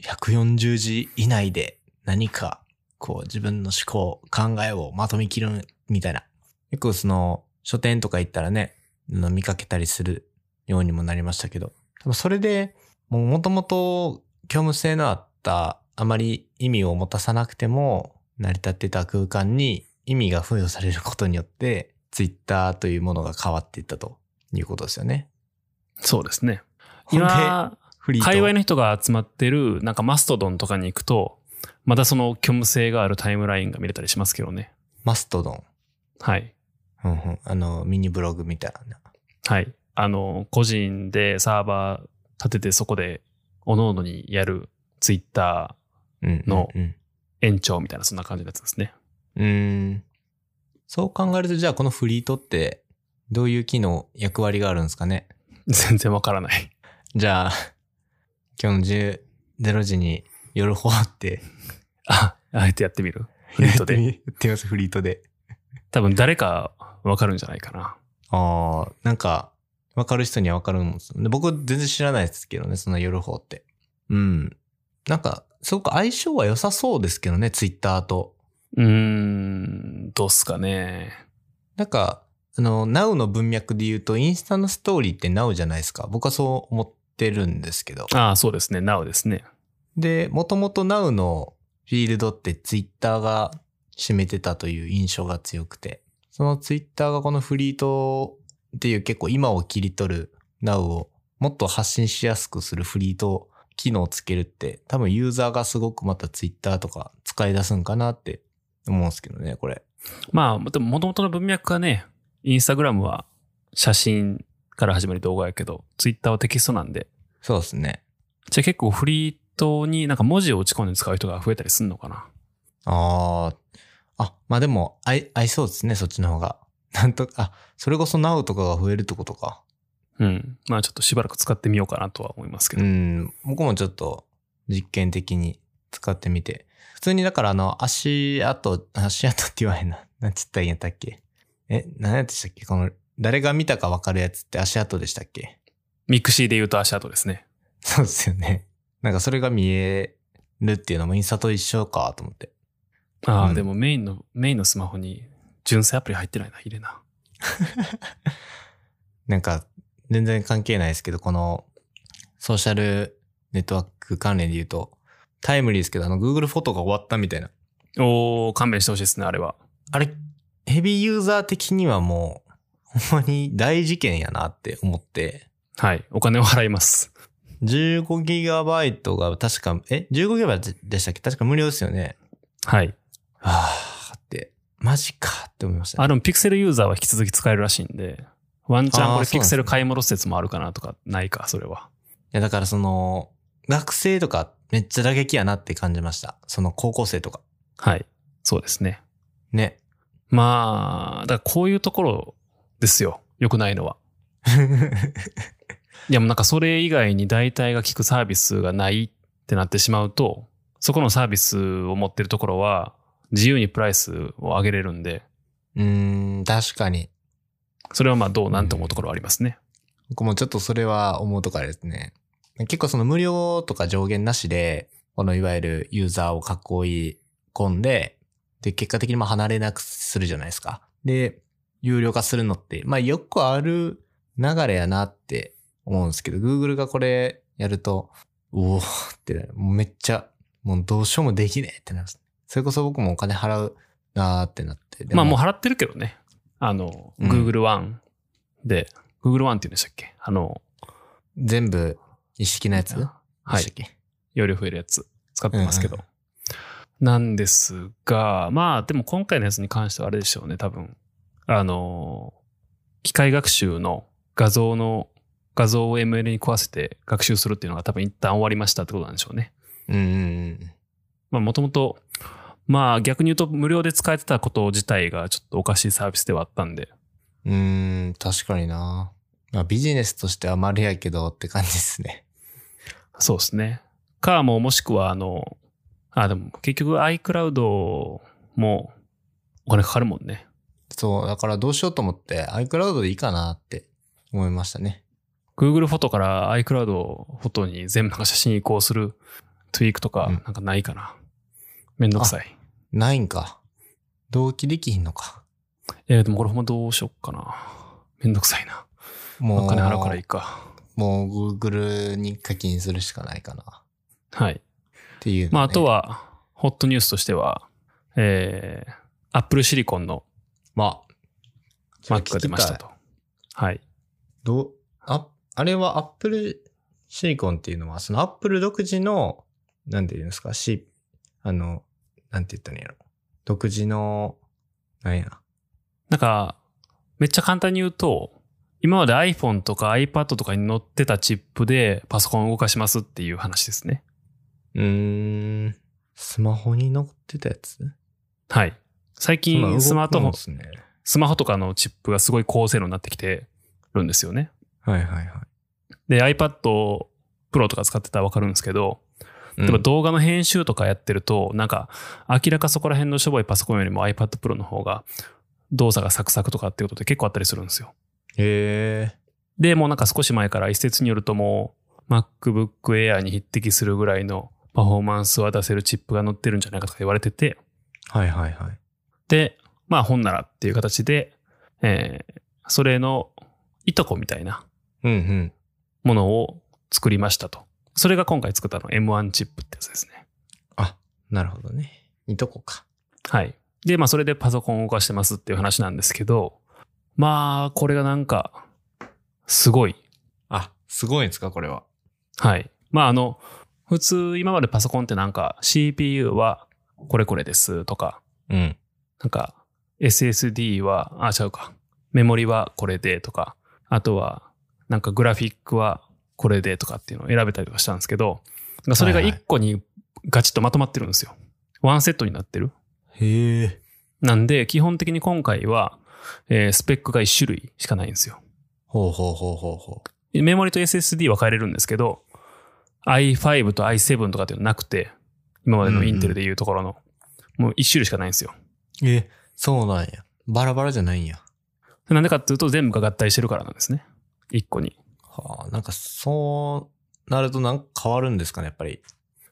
Speaker 3: 140字以内で何か、こう自分の思考、考えをまとめきるみたいな。結構その、書店とか行ったらね、の見かけたりするようにもなりましたけど、多分それで、もう元々虚無性のあった、あまり意味を持たさなくても、成り立ってた空間に意味が付与されることによって、ツイッターというものが変わっていったということですよね。
Speaker 2: そうですね。
Speaker 3: ほんで
Speaker 2: 今、
Speaker 3: フリーと。
Speaker 2: 界隈の人が集まってる、なんかマストドンとかに行くと、またその虚無性があるタイムラインが見れたりしますけどね。
Speaker 3: マストドン。
Speaker 2: はい。
Speaker 3: うんうん、あの、ミニブログみたいな。
Speaker 2: はい。あの、個人でサーバー立てて、そこで、各々にやるツイッタ
Speaker 3: うんうんうん
Speaker 2: の延長みたいな、そんな感じのやつですね。 [laughs]
Speaker 3: うーん。そう考えると、じゃあこのフリートって、どういう機能、役割があるんですかね
Speaker 2: 全然わからない。 [laughs]
Speaker 3: じゃあ、今日の10 0時に夜放って、
Speaker 2: あ、あえてやって
Speaker 3: [laughs]
Speaker 2: みるフリートで。
Speaker 3: やってみます、フリートで。
Speaker 2: 多分誰かわかるんじゃないかな。
Speaker 3: ああ、なんか、わかる人にはわかるもんですよね。僕全然知らないですけどね、その夜放って。うん。なんか、すごく相性は良さそうですけどね、ツイッターと。
Speaker 2: うーん、どうっすかね。
Speaker 3: なんか、あの、Now の文脈で言うと、インスタのストーリーって Now じゃないですか。僕はそう思ってるんですけど。
Speaker 2: ああ、そうですね。Now ですね。
Speaker 3: で、もともと Now のフィールドってツイッターが占めてたという印象が強くて、そのツイッターがこのフリートっていう結構今を切り取る Now をもっと発信しやすくするフリート機能をつけるって、多分ユーザーがすごくまたツイッターとか使い出すんかなって思うんですけどね、これ。
Speaker 2: まあ、でも元々の文脈はね、インスタグラムは写真から始まり動画やけど、ツイッターはテキストなんで、
Speaker 3: そうですね。
Speaker 2: じゃあ結構フリートになんか文字を打ち込んで使う人が増えたりすんのかな。
Speaker 3: ああ。あ、まあでも、合い、合いそうですね、そっちの方が。 [laughs] なんとか、あ、それこそ Now とかが増えるってことか。
Speaker 2: うん。まあちょっとしばらく使ってみようかなとは思いますけ
Speaker 3: う
Speaker 2: ど。
Speaker 3: ん、僕もちょっと実験的に使ってみて。普通にだからあの、足跡、足跡って言わへんな。 [laughs] なんつったらいいんやったっけえ、何やったでしたっけこの、誰が見たかわかるやつって足跡でしたっけ
Speaker 2: ミクシーで言うと足跡ですね。
Speaker 3: そうですよね。なんかそれが見えるっていうのもインスタと一緒かと思って。
Speaker 2: ああ、
Speaker 3: うん
Speaker 2: でもメインの、メインのスマホに純正アプリ入ってないな、入れな。
Speaker 3: なんか、全然関係ないですけど、この、ソーシャルネットワーク関連で言うと、タイムリーですけど、あの、Google フォトが終わったみたいな。
Speaker 2: おー、勘弁してほしいですね、あれは。
Speaker 3: あれ、ヘビーユーザー的にはもう、ほんまに大事件やなって思って、
Speaker 2: はい。お金を払います。
Speaker 3: 15GB が確か、え ?15GB でしたっけ確か無料ですよね。
Speaker 2: はい。
Speaker 3: はぁって、マジかって思いました、
Speaker 2: あ、
Speaker 3: ね。
Speaker 2: でもピクセルユーザーは引き続き使えるらしいんで、ワンチャンこ
Speaker 3: あ
Speaker 2: れ
Speaker 3: ーそうなんですね
Speaker 2: ピクセル買い戻す説もあるかなとか、ないか、それは。
Speaker 3: いや、だからその、学生とかめっちゃ打撃やなって感じました。その高校生とか。
Speaker 2: はい。そうですね。
Speaker 3: ね。
Speaker 2: まあ、だからこういうところですよ。良くないのは。いやもうなんかそれ以外に代替が効くサービスがないってなってしまうと、そこのサービスを持ってるところは自由にプライスを上げれるんで、
Speaker 3: うーん、確かに。
Speaker 2: それはまあどうなんと思うところはありますね。
Speaker 3: 僕もちょっとそれは思うとかですね。結構その無料とか上限なしで、このいわゆるユーザーを囲い込んで、で、結果的にまあ離れなくするじゃないですか。で、有料化するのって、まあよくある流れやなって思うんですけど、Google がこれやると、うおーってなる。もうめっちゃ、もうどうしようもできねえってなるんです。それこそ僕もお金払うなーってなって。で
Speaker 2: まあもう払ってるけどね。あの、
Speaker 3: うん
Speaker 2: Google One で、Google One って言うんでしたっけあの、
Speaker 3: 全部一式のやつでし
Speaker 2: はい
Speaker 3: たっ。け
Speaker 2: 容量増えるやつ使ってますけど。なんですが、まあでも今回のやつに関してはあれでしょうね、多分。あの、機械学習の画像の、画像を ML に壊せて学習するっていうのが多分一旦終わりましたってことなんでしょうね。
Speaker 3: うんうんうん。
Speaker 2: まあもともと、まあ逆に言うと無料で使えてたこと自体がちょっとおかしいサービスではあったんで、
Speaker 3: うーん、確かにな。まあ、ビジネスとしては丸やけどって感じですね。 [laughs]
Speaker 2: そうですね。か、もうもしくは、あの、あ、でも結局 iCloud もお金かかるもんね。
Speaker 3: そう、だからどうしようと思って iCloud でいいかなって思いましたね。
Speaker 2: Google フォトから iCloud フォトに全部なんか写真移行するトゥイークとか
Speaker 3: うん
Speaker 2: なんかないかな。めんどくさい。
Speaker 3: ないんか。同期できひんのか。
Speaker 2: えー、でもこれほんまどうしよっかな。めんどくさいな。
Speaker 3: もう、
Speaker 2: お金払うからいいか。
Speaker 3: もう Google に課金するしかないかな。っ
Speaker 2: はい。
Speaker 3: ていう、
Speaker 2: まあ、あと。は、ホットニュースとしては、えー、Apple シリコンの
Speaker 3: まあ、
Speaker 2: Mac が出ました
Speaker 3: それ聞きい。
Speaker 2: と。はい。
Speaker 3: どう、あ、あれは Apple シリコンっていうのは、その Apple 独自の、なんていうんですか、し、あの、なんて言ったらいいんやろ。独自の、なんや。
Speaker 2: なんか、めっちゃ簡単に言うと、今まで iPhone とか iPad とかに載ってたチップでパソコンを動かしますっていう話ですね。
Speaker 3: うーん。スマホに乗ってたやつ
Speaker 2: はい。最
Speaker 3: そんな
Speaker 2: 近スマートフォン、
Speaker 3: 動くもんですね。
Speaker 2: スマホとかのチップがすごい高性能になってきてるんですよね。
Speaker 3: はいはいはい。
Speaker 2: で、iPad Pro とか使ってたらわかるんですけど、
Speaker 3: うん
Speaker 2: 例えば動画の編集とかやってると、なんか明らかそこら辺のしょぼいパソコンよりも iPad Pro の方が動作がサクサクとかっていうことで結構あったりするんですよ。
Speaker 3: へ
Speaker 2: で、もうなんか少し前から一説によるともう MacBook Air に匹敵するぐらいのパフォーマンスは出せるチップが載ってるんじゃないかとか言われてて、
Speaker 3: ー。はいはいはい。
Speaker 2: で、まあ本ならっていう形で、えーそれのいとこみたいな
Speaker 3: うんうん。
Speaker 2: ものを作りましたと。それが今回作ったの M1 チップってやつですね。
Speaker 3: あ、なるほどね。いとこか。
Speaker 2: はい。で、まあそれでパソコンを動かしてますっていう話なんですけど、まあこれがなんか、すごい。
Speaker 3: あ、すごいんですか、これは。
Speaker 2: はい。まああの、普通今までパソコンってなんか CPU はこれこれですとか、
Speaker 3: うん。
Speaker 2: なんか SSD は、あ、ちゃうか。メモリはこれでとか、あとはなんかグラフィックはこれでとかっていうのを選べたりとかしたんですけど、なんかそれが
Speaker 3: はいはい
Speaker 2: 一個にガチッとまとまってるんですよ。ワンセットになってる。
Speaker 3: へえ。
Speaker 2: なんで、基本的に今回は、えースペックが1種類しかないんですよ。
Speaker 3: ほうほうほうほうほ
Speaker 2: メモリと SSD は変えれるんですけど、i5 と i7 とかっていうのなくて、今までのインテルでいうところの、もう1種類しかないんですよ。
Speaker 3: う。え、そうなんや。バラバラじゃないんや。
Speaker 2: なんでかっていうと、全部が合体してるからなんですね。1個に。
Speaker 3: はあ、なんかそうなるとなんか変わるんですかね、やっぱり。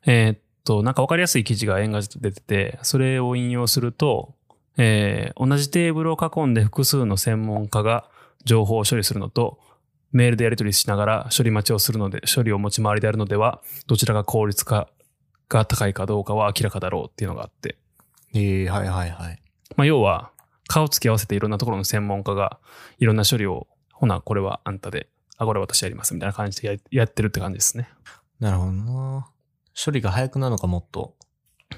Speaker 2: えーっと、なんかわかりやすい記事が円が出てて、それを引用すると、えー同じテーブルを囲んで複数の専門家が情報を処理するのと、メールでやり取りしながら処理待ちをするので、処理を持ち回りであるのでは、どちらが効率化が高いかどうかは明らかだろうっていうのがあって、
Speaker 3: ええはいはいはい。
Speaker 2: まあ、要は、顔つき合わせていろんなところの専門家がいろんな処理を、ほな、これはあんたで、あ、これ私やりますみたいな感じでややってるって感じですね。
Speaker 3: なるほどな。処理が早くなるのか、もっと。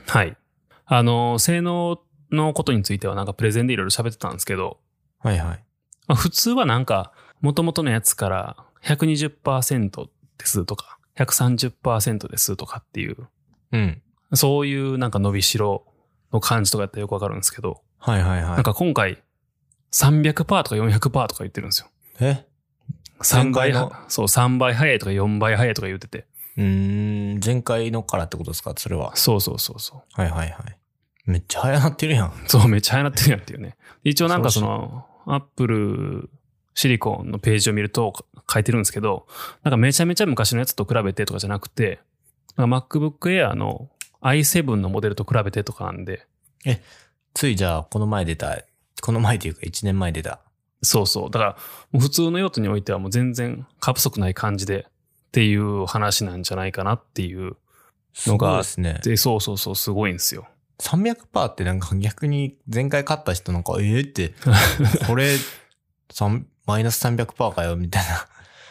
Speaker 2: はい。あの、性能のことについてはなんかプレゼンでいろいろ喋ってたんですけど、
Speaker 3: はいはい。
Speaker 2: まあ、普通はなんか、元々のやつから120%ですとか、130%ですとかっていう、
Speaker 3: うん。
Speaker 2: そういうなんか伸びしろの感じとかやったらよくわかるんですけど、
Speaker 3: はいはいは
Speaker 2: ないん。か今回、300%とか400%とか言ってるんですよ。
Speaker 3: え
Speaker 2: 3倍
Speaker 3: 前回の
Speaker 2: は、そう、3倍早いとか4倍早いとか言ってて。
Speaker 3: うーん、前回のからってことですか、それは。
Speaker 2: そうそうそうそう。
Speaker 3: はいはいはい。めっちゃ早なってるやん。
Speaker 2: そう、めっちゃ流行ってるやんっていうね。一応なんかその、アップルシリコンのページを見ると書いてるんですけど、なんかめちゃめちゃ昔のやつと比べてとかじゃなくて、なんか MacBook Air の i7 のモデルと比べてとかなんで、
Speaker 3: ついじゃあ、この前出た、この前というか1年前出た。
Speaker 2: そうそう。だから、もう普通の用途においてはもう全然過不足ない感じでっていう話なんじゃないかなっていう。
Speaker 3: す
Speaker 2: の
Speaker 3: ごい
Speaker 2: が
Speaker 3: ですね。
Speaker 2: で、そうそうそう、すごいんですよ。
Speaker 3: 300%ってなんか逆に前回勝った人なんか、ええ [laughs] って、これ、三マイナス300%かよ、みたいな。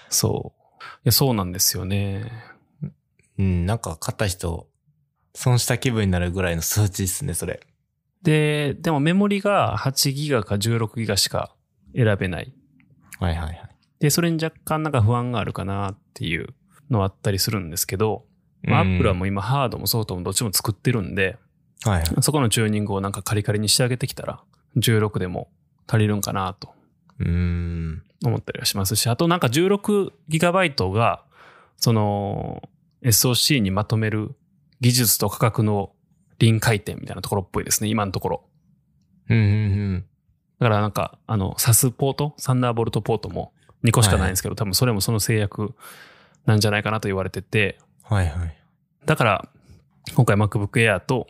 Speaker 2: そう。いや、そうなんですよね。
Speaker 3: うん、なんか勝った人、損した気分になるぐらいの数値ですね、それ。
Speaker 2: で、でもメモリが8ギガか16ギガしか選べない。
Speaker 3: はいはいはい。
Speaker 2: で、それに若干なんか不安があるかなっていうのはあったりするんですけど、まあ、アップルはもう今ハードもソフトもどっちも作ってるんで、
Speaker 3: うん、はいはい。
Speaker 2: そこのチューニングをなんかカリカリに仕上げてきたら、16でも足りるんかなと
Speaker 3: うーん。
Speaker 2: 思ったりはしますし、あとなんか 16GB が、その SOC にまとめる技術と価格の臨界点みたいなところっぽいですね、今のところ。
Speaker 3: うんうん
Speaker 2: だからなんか、あの、サスポート、サンダーボルトポートも2個しかないんですけど、多分それもその制約なんじゃないかなと言われてて、
Speaker 3: うん。はいはい。
Speaker 2: だから、今回 MacBook Air と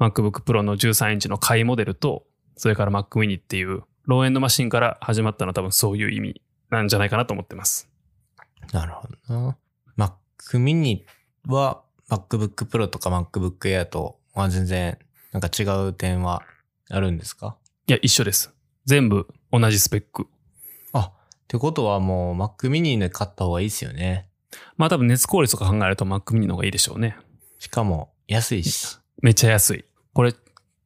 Speaker 2: MacBook Pro の13インチの買いモデルと、それから Mac mini っていう、ローエンドマシンから始まったのは多分そういう意味なんじゃないかなと思ってます。
Speaker 3: なるほどな。Mac mini は MacBook Pro とか MacBook Air とは全然なんか違う点はあるんですか
Speaker 2: いや、一緒です。全部同じスペック。
Speaker 3: あ、ってことはもう Mac mini で買った方がいいですよね。
Speaker 2: まあ多分熱効率とか考えると Mac mini の方がいいでしょうね。
Speaker 3: しかも安いし。
Speaker 2: めっちゃ安い。これ、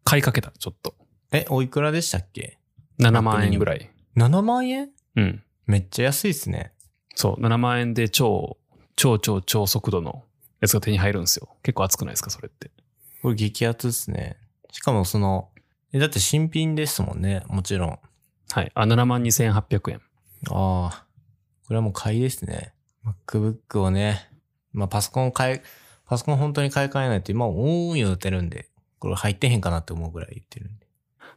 Speaker 2: 買いかけた、ちょっと。
Speaker 3: え、おいくらでしたっけ
Speaker 2: 7万円ぐらい。
Speaker 3: ?7 万円
Speaker 2: うん。
Speaker 3: めっちゃ安いですね。
Speaker 2: そう、7万円で超、超超超速度のやつが手に入るんですよ。結構熱くないですか、それって。
Speaker 3: これ激アツですね。しかもその、え、だって新品ですもんね。もちろん。あ
Speaker 2: はい。あ、7万2800円。
Speaker 3: あ。これはもう買いですね。MacBook をね。まあパソコン買い、パソコン本当に買い替えないって今、多い言ってるんで、これ入ってへんかなって思うぐらい言ってるんで。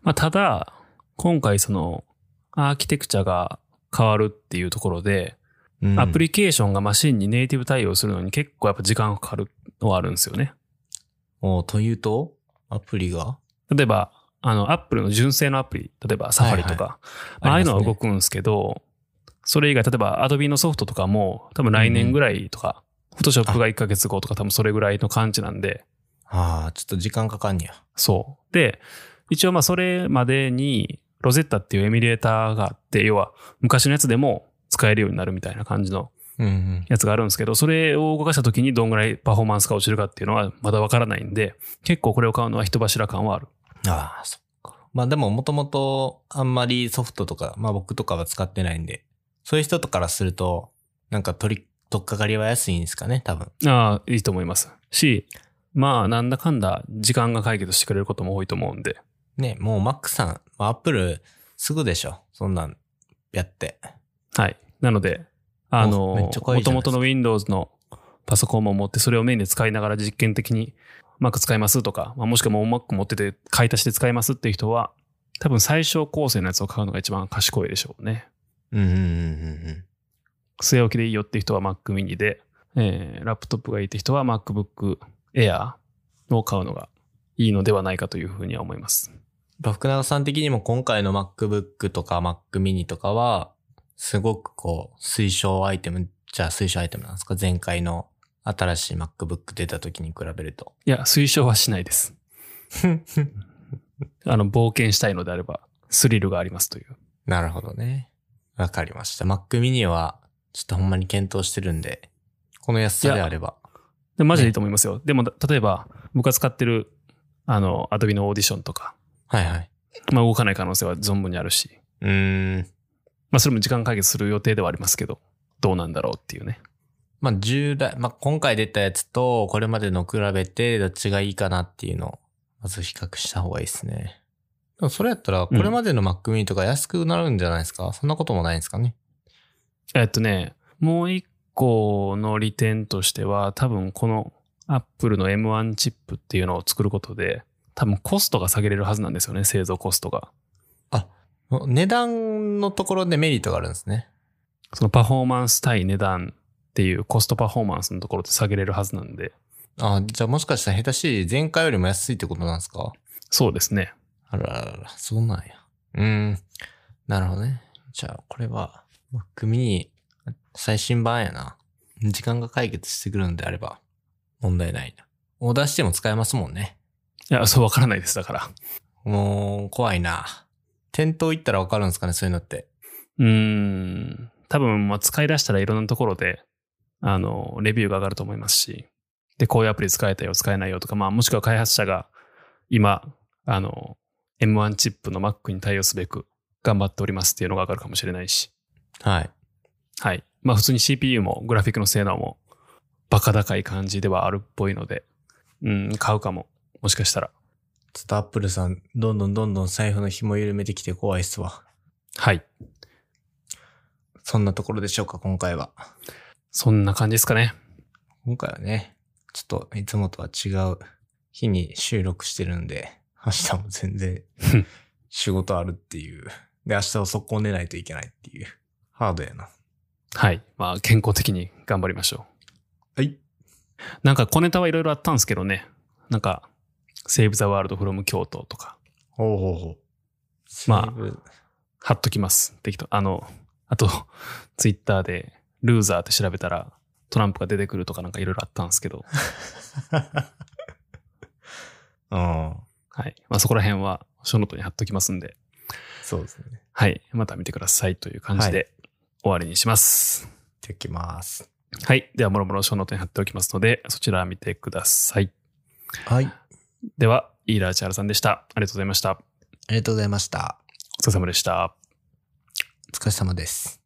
Speaker 2: まあ、ただ、今回その、アーキテクチャが変わるっていうところで、
Speaker 3: うん
Speaker 2: アプリケーションがマシンにネイティブ対応するのに結構やっぱ時間がかかるのはあるんですよね。
Speaker 3: おというと、アプリが
Speaker 2: 例えば、あの、アップルの純正のアプリ、例えばサファリとか、まあああいうのは動
Speaker 3: く。
Speaker 2: くんですけど、それ以外、例えば Adobe のソフトとかも、多分来年ぐらいとか、Photoshop が1ヶ月後とか多分それぐらいの感じなんで、
Speaker 3: ああ、ちょっと時間かかんにゃ。
Speaker 2: そう。で、一応まあそれまでに、ロゼッタっていうエミュレーターがあって、要は昔のやつでも使えるようになるみたいな感じの
Speaker 3: うんうん。
Speaker 2: やつがあるんですけど、それを動かした時にどんぐらいパフォーマンスが落ちるかっていうのはまだわからないんで、結構これを買うのは人柱感はある。
Speaker 3: ああ、そっか。まあでももともとあんまりソフトとか、まあ僕とかは使ってないんで、そういう人とからすると、なんか取り、取っかかりは安いんですかね、多分。
Speaker 2: ああ、いいと思います。し、まあなんだかんだ時間が解決してくれることも多いと思うんで、
Speaker 3: ね、もう Mac さん、まあ、Apple すぐでしょ。そんなん、やって。
Speaker 2: はい。なので、あ
Speaker 3: おめ
Speaker 2: の
Speaker 3: っちゃ、可愛
Speaker 2: も
Speaker 3: いじゃ
Speaker 2: と
Speaker 3: ない
Speaker 2: も
Speaker 3: ですか
Speaker 2: との Windows のパソコンも持って、それをメインで使いながら実験的に Mac 使いますとか、まあ、もしくはもう Mac 持ってて買い足して使いますっていう人は、多分最小構成のやつを買うのが一番賢いでしょうね。
Speaker 3: うんうんうんうん。
Speaker 2: 据え置きでいいよっていう人は Mac mini で、えーラップトップがいいって人は MacBook Air を買うのがいいのではないかというふうには思います。
Speaker 3: やっぱ福永さん的にも今回の MacBook とか Mac mini とかは、すごくこう、推奨アイテム、じゃあ推奨アイテムなんですか前回の新しい MacBook 出た時に比べると。
Speaker 2: いや、推奨はしないです。あの、冒険したいのであれば、スリルがありますという。
Speaker 3: なるほどね。わかりました。Mac mini は、ちょっとほんまに検討してるんで、この安さであれば。
Speaker 2: でマジでいいと思いますよ。でも、だ例えば、僕が使ってる、あの、アドビのオーディションとか、
Speaker 3: はいはい。
Speaker 2: まあ、動かない可能性は存分にあるし、
Speaker 3: うーん。
Speaker 2: まあ、それも時間解決する予定ではありますけど、どうなんだろうっていうね。
Speaker 3: まあ、従来、まあ、今回出たやつと、これまでの比べて、どっちがいいかなっていうのを、まず比較した方がいいですね。でもそれやったら、これまでの Mac mini とか安くなるんじゃないですか、そんなこともないんですかね。
Speaker 2: えっとね、もう一個の利点としては、多分この Apple の M1 チップっていうのを作ることで、多分コストが下げれるはずなんですよね、製造コストが。
Speaker 3: 値段のところでメリットがあるんですね。
Speaker 2: そのパフォーマンス対値段っていうコストパフォーマンスのところって下げれるはずなんで、
Speaker 3: あ、じゃあもしかしたら下手しい前回よりも安いってことなんですか
Speaker 2: そうですね。
Speaker 3: あらららら、そうなんや。うーん。なるほどね。じゃあ、これは、Mac mini 最新版やな。時間が解決してくるのであれば、問題ないな。オーダーしても使えますもんね。
Speaker 2: いや、そうわからないです、だから。
Speaker 3: もう、怖いな。店頭行ったらわかるんですかね、そういうのって。
Speaker 2: うーん。多分、まあ、使い出したらいろんなところで、あの、レビューが上がると思いますし、で、こういうアプリ使えたよ、使えないよとか、まあ、もしくは開発者が今、あの、M1 チップの Mac に対応すべく頑張っておりますっていうのが上がるかもしれないし、
Speaker 3: はい。
Speaker 2: はい。まあ、普通に CPU もグラフィックの性能もバカ高い感じではあるっぽいので、うん、買うかも。もしかしたら。
Speaker 3: ちょっとアップルさん、どんどんどんどん財布の紐緩めてきて怖いっすわ。
Speaker 2: はい。
Speaker 3: そんなところでしょうか、今回は。
Speaker 2: そんな感じですかね。
Speaker 3: 今回はね、ちょっといつもとは違う日に収録してるんで、明日も全然仕事あるっていう。で、明日を速攻寝ないといけないっていう。ハードやな。
Speaker 2: はい。まあ、健康的に頑張りましょう。
Speaker 3: はい。
Speaker 2: なんか小ネタはいろいろあったんですけどね。なんか、セーブ・ザ・ワールド・フロム・京都とか、
Speaker 3: ほうほうほう。
Speaker 2: まあ
Speaker 3: セー [laughs] ブ
Speaker 2: 貼っときます。適当。あの、あと、 [laughs] ツイッターで、ルーザーって調べたら、トランプが出てくるとかなんかいろいろあったんですけど、
Speaker 3: うん。
Speaker 2: はい。まあそこら辺は、書ノートに貼っときますんで、
Speaker 3: そうですね。
Speaker 2: はい。また見てくださいという感じで、終わりにします。
Speaker 3: じゃあ行きます。
Speaker 2: はい。では、もろもろ書ノートに貼っておきますので、そちら見てください。
Speaker 3: はい。あ
Speaker 2: では、イーラーチャールさんでした。ありがとうございました。
Speaker 3: りがとうございました。
Speaker 2: お疲れ様でした。
Speaker 3: お疲れ様です。